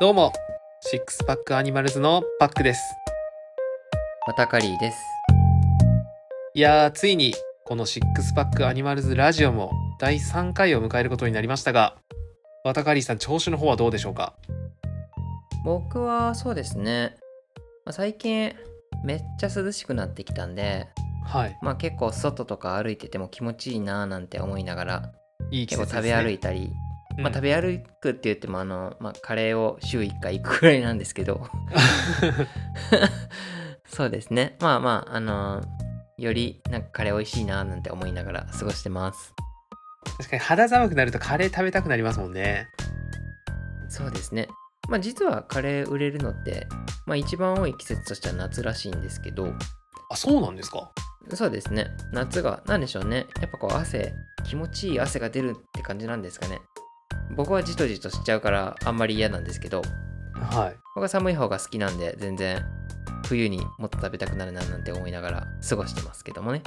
どうも、シックスパックアニマルズのパックです。またカリーです。いやー、ついに、このシックスパックアニマルズラジオも第3回を迎えることになりましたが、ワタカリーさん、調子の方はどうでしょうか僕はそうですね、まあ、最近めっちゃ涼しくなってきたんで、はい。まあ、結構外とか歩いてても気持ちいいなーなんて思いながらいい季結構節です食ね。べ歩いいたり、てまあ、食べ歩くって言ってもあの、まあ、カレーを週1回行くくらいなんです けどそうですねまあまああのーよりなんかカレー美味しいなーなんて思いながら過ごしてます確かに肌寒くなるとカレー食べたくなりますもんね。そうですねまあ実はカレー売れるのって、まあ、一番多い季節としては夏らしいんですけどあ、そうなんですかそうですね夏が何でしょうねやっぱこう汗気持ちいい汗が出るって感じなんですかね僕はじとじとしちゃうからあんまり嫌なんですけどはい。僕は寒い方が好きなんで全然冬にもっと食べたくなるななんて思いながら過ごしてますけどもね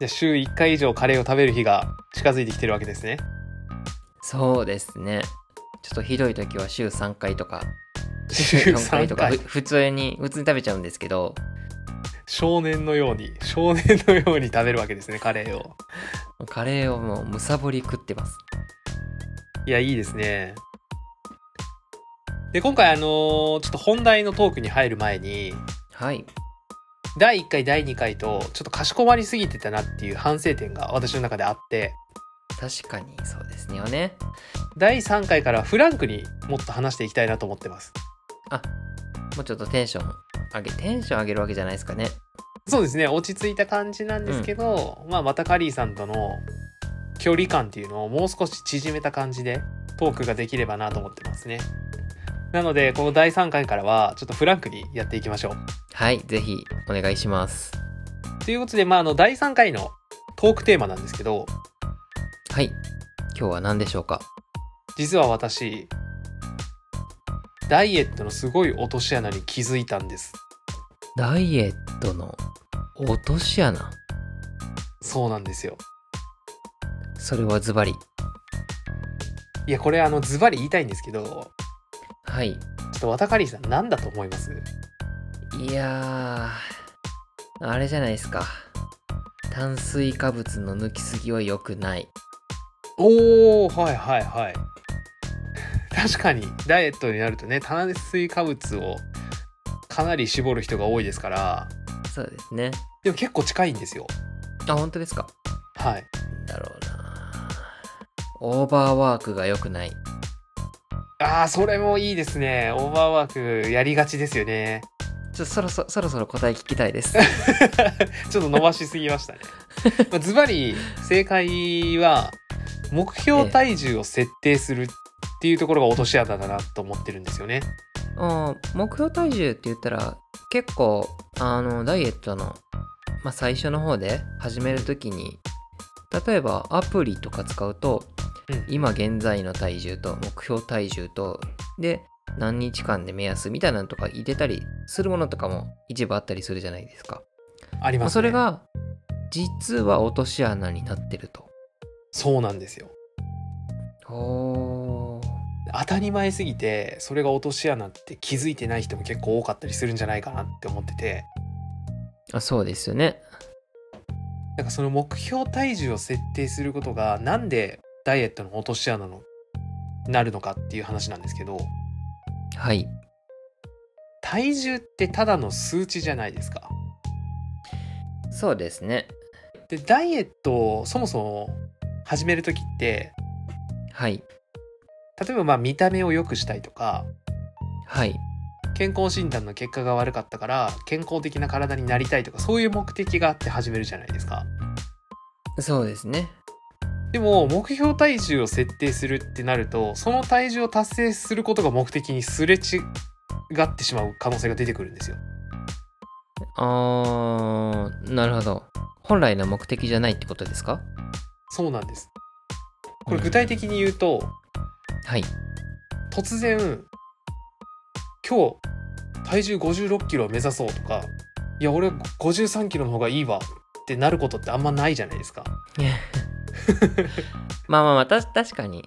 じゃあ、週1回以上カレーを食べる日が近づいてきてるわけですね。そうですねちょっとひどい時は週3回とか週4回3とか回。ふ普通に普通に食べちゃうんですけど少年のように、少年のように食べるわけですね、カレーを。カレーをもうむさぼり食ってますいや、いいですね。で、今回、あのーちょっと本題のトークに入る前に、はい第1回、第2回と、ちょっとかしこまりすぎてたなっていう反省点が私の中であって、確かにそうですよね第3回からフランクにもっと話していきたいなと思ってます。もうちょっとテンション上げテンション上げるわけじゃないですかねそうですね、落ち着いた感じなんですけど、まあ、またカリーさんとの距離感っていうのをもう少し縮めた感じでトークができればなと思ってますね。なので、この第3回からは、ちょっとフランクにやっていきましょう。はいぜひお願いしますということで、まあ、あの第3回のトークテーマなんですけどはい今日は何でしょうか実は私ダイエットのすごい落とし穴に気づいたんですダイエットの落とし穴そうなんですよそれはズバリいやこれあのズバリ言いたいんですけどちょはいっとワタカリーさん何だと思いますいやーあれじゃないですか炭水化物の抜きすぎは良くないおおはいはいはい確かにダイエットになるとね炭水化物をかなり絞る人が多いですからそうですねでも結構近いんですよあ本当ですかはいなんだろうなオーバーワークが良くないああそれもいいですねオーバーワークやりがちですよねちょそろそそろそろ答え聞きたいで ちすょっと伸ばしすぎましたね。まあズバリ正解は目標体重を設定するっていうところが落とし穴だなと思ってるんですよね。うん目標体重って言ったら結構あのダイエットの、まあ、最初の方で始める時に例えばアプリとか使うとうん今現在の体重と目標体重とで何日間で目安みたいなのとか入れたりするものとかも一部あったりするじゃないですか、ありまます、ね。あ、それが実は落とし穴になってるとそうなんですよ。お当たり前すぎてそれが落とし穴って気づいてない人も結構多かったりするんじゃないかなって思っててあそうですよねなんかその目標体重を設定することがなんでダイエットの落とし穴のなるのかっていう話なんですけどはい体重ってただの数値じゃないですか。そうですねでダイエットをそもそも始める時ってはい例えばまあ見た目を良くしたいとかはい健康診断の結果が悪かったから健康的な体になりたいとかそういう目的があって始めるじゃないですかそうですねでも目標体重を設定するってなるとその体重を達成することが目的にすれ違ってしまう可能性が出てくるんですよあーなるほど本来の目的じゃないってことですかそうなんですこれ具体的に言うとはい突然今日体重56キロを目指そうとかいや俺53キロの方がいいわってなることってあんまないじゃないですかまあまあまあた確かに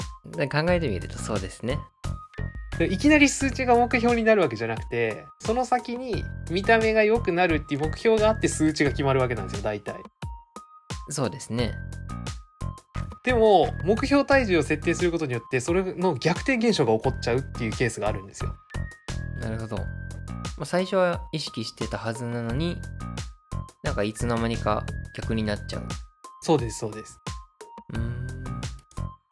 考えてみるとそうですねでいきなり数値が目標になるわけじゃなくてその先に見た目が良くなるっていう目標があって数値が決まるわけなんですよ大体そうですねでも目標体重を設定することによってそれの逆転現象が起こっちゃうっていうケースがあるんですよなるほど、まあ、最初は意識してたはずなのになんかいつの間にか逆になっちゃうそうですそうです、うーん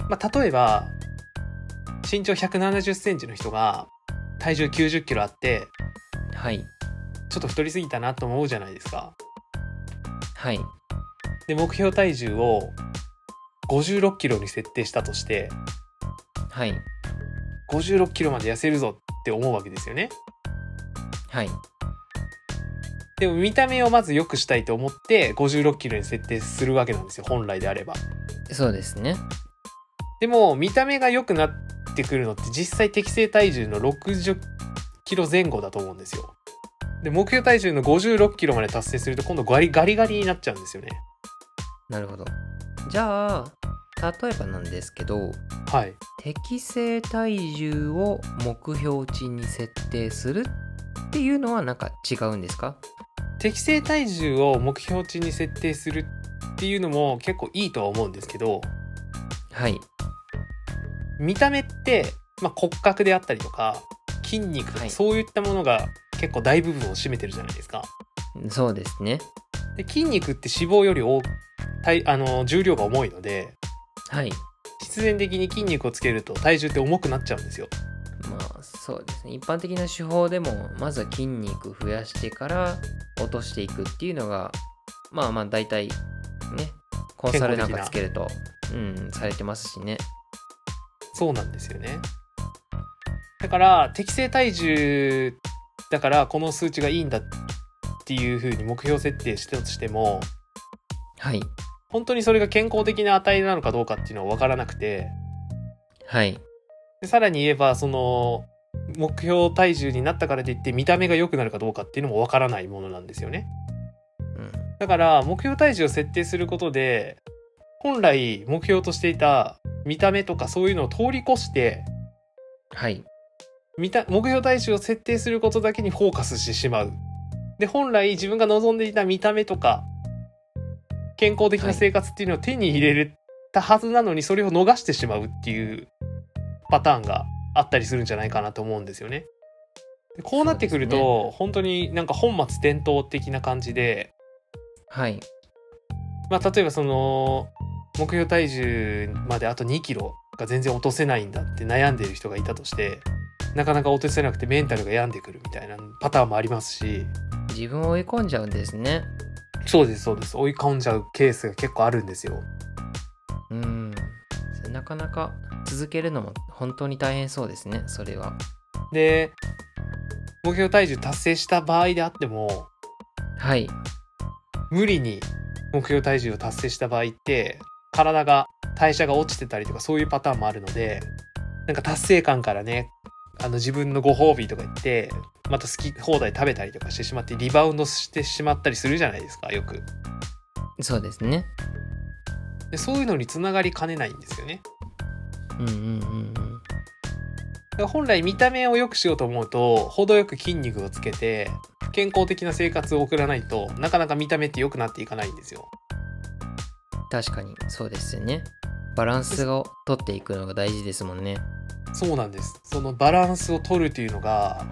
まあ、例えば身長1 7 0センチの人が体重9 0キロあってはいちょっと太りすぎたなと思うじゃないですかはいで目標体重を5 6キロに設定したとしてはい5 6キロまで痩せるぞって思うわけですよねはいでも見た目をまず良くしたいと思って5 6キロに設定するわけなんですよ本来であればそうですねでも見た目が良くなってくるのって実際適正体重の60キロ前後だと思うんですよで目標体重の56キロまで達成すると今度ガリガリガリになっちゃうんですよねなるほどじゃあ例えばなんですけどはい適正体重を目標値に設定するっていうのはなんか違うんですか適正体重を目標値に設定するっていうのも結構いいとは思うんですけどはい見た目って、まあ、骨格であったりとか筋肉とはかいそういったものが結構大部分を占めてるじゃないですか。そうですねで筋肉って脂肪より大体あの重量が重いのではい必然的に筋肉をつけると体重って重くなっちゃうんですよ。まあそうですね一般的な手法でもまずは筋肉増やしてから落としていくっていうのがまあまあ大体ねコンサルなんかつけるとうんされてますしねそうなんですよね。だから適正体重だからこの数値がいいんだっていう風に目標設定してたとしてもはい本当にそれが健康的な値なのかどうかっていうのは分からなくてはいでさらに言えばその目標体重になったからといって見た目が良くなるかどうかっていうのも分からないものなんですよねうんだから目標体重を設定することで本来目標としていた見た目とかそういうのを通り越してはい見た目標体重を設定することだけにフォーカスしてしまうで本来自分が望んでいた見た目とか健康的な生活っていうのを手に入れれたはずなのにそれを逃してしまうっていうパターンがあったりするんじゃないかなと思うんですよね。でこうなってくると、そう本当になんか本末転倒的な感じではいまあ、例えばその目標体重まであと2キロが全然落とせないんだって悩んでる人がいたとしてなかなか落とせなくてメンタルが病んでくるみたいなパターンもありますし自分を追い込んじゃうんですねそうですそうです追い込んじゃうケースが結構あるんですよ。うんそれなかなか続けるのも本当に大変そうですねそれはで目標体重達成した場合であってもはい無理に目標体重を達成した場合って体が代謝が落ちてたりとかそういうパターンもあるのでなんか達成感からねあの自分のご褒美とか言ってまた好き放題食べたりとかしてしまってリバウンドしてしまったりするじゃないですかよくそうですねでそういうのにつながりかねないんですよねうんうんうんうんだから本来見た目を良くしようと思うと程よく筋肉をつけて健康的な生活を送らないとなかなか見た目って良くなっていかないんですよ確かにそうですよねバランスを取っていくのが大事ですもんねそうなんですそのバランスを取るというのが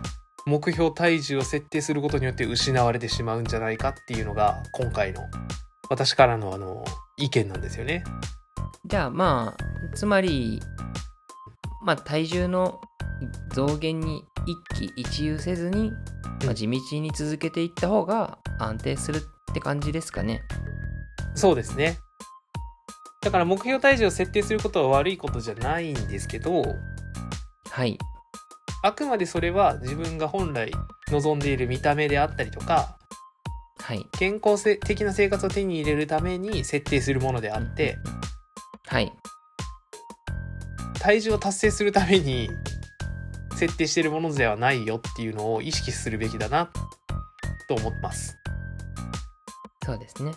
目標体重を設定することによって失われてしまうんじゃないかっていうのが今回の私からのあの意見なんですよねじゃあまあつまりまあ体重の増減に一喜一憂せずに、まあ、地道に続けていった方が安定するって感じですかねそうですねだから目標体重を設定することは悪いことじゃないんですけどはいあくまでそれは自分が本来望んでいる見た目であったりとかはい健康せ的な生活を手に入れるために設定するものであって、はい体重を達成するために設定してるものではないよっていうのを意識するべきだなと思ってます。そうですね。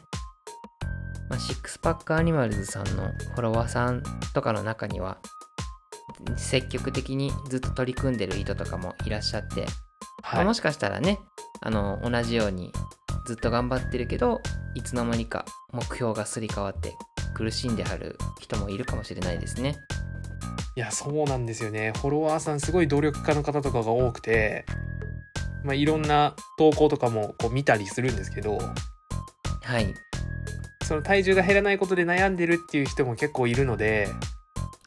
まあ、シックスパックアニマルズさんのフォロワーさんとかの中には、積極的にずっと取り組んでる人とかもいらっしゃって、まあはいもしかしたらねあの同じようにずっと頑張ってるけどいつの間にか目標がすり替わって苦しんではる人もいるかもしれないですね。いやそうなんですよねフォロワーさんすごい努力家の方とかが多くて、まあ、いろんな投稿とかもこう見たりするんですけどはい、その体重が減らないことで悩んでるっていう人も結構いるので、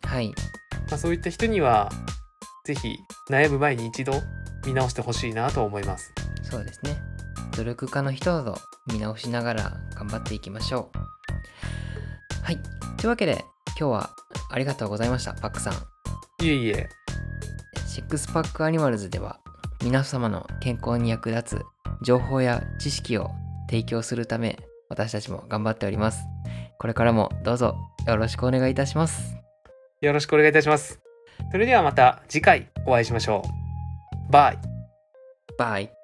はい、まあ、そういった人には是非悩む前に一度見直してほしいなと思います。そうですね。努力家の人ほど見直しながら頑張っていきましょう。はい。というわけで、今日はありがとうございました、パックさん。いえいえシックスパックアニマルズでは、皆様の健康に役立つ情報や知識を提供するため、私たちも頑張っております。これからもどうぞよろしくお願いいたします。よろしくお願いいたします。それではまた次回お会いしましょう。バイ。バイ。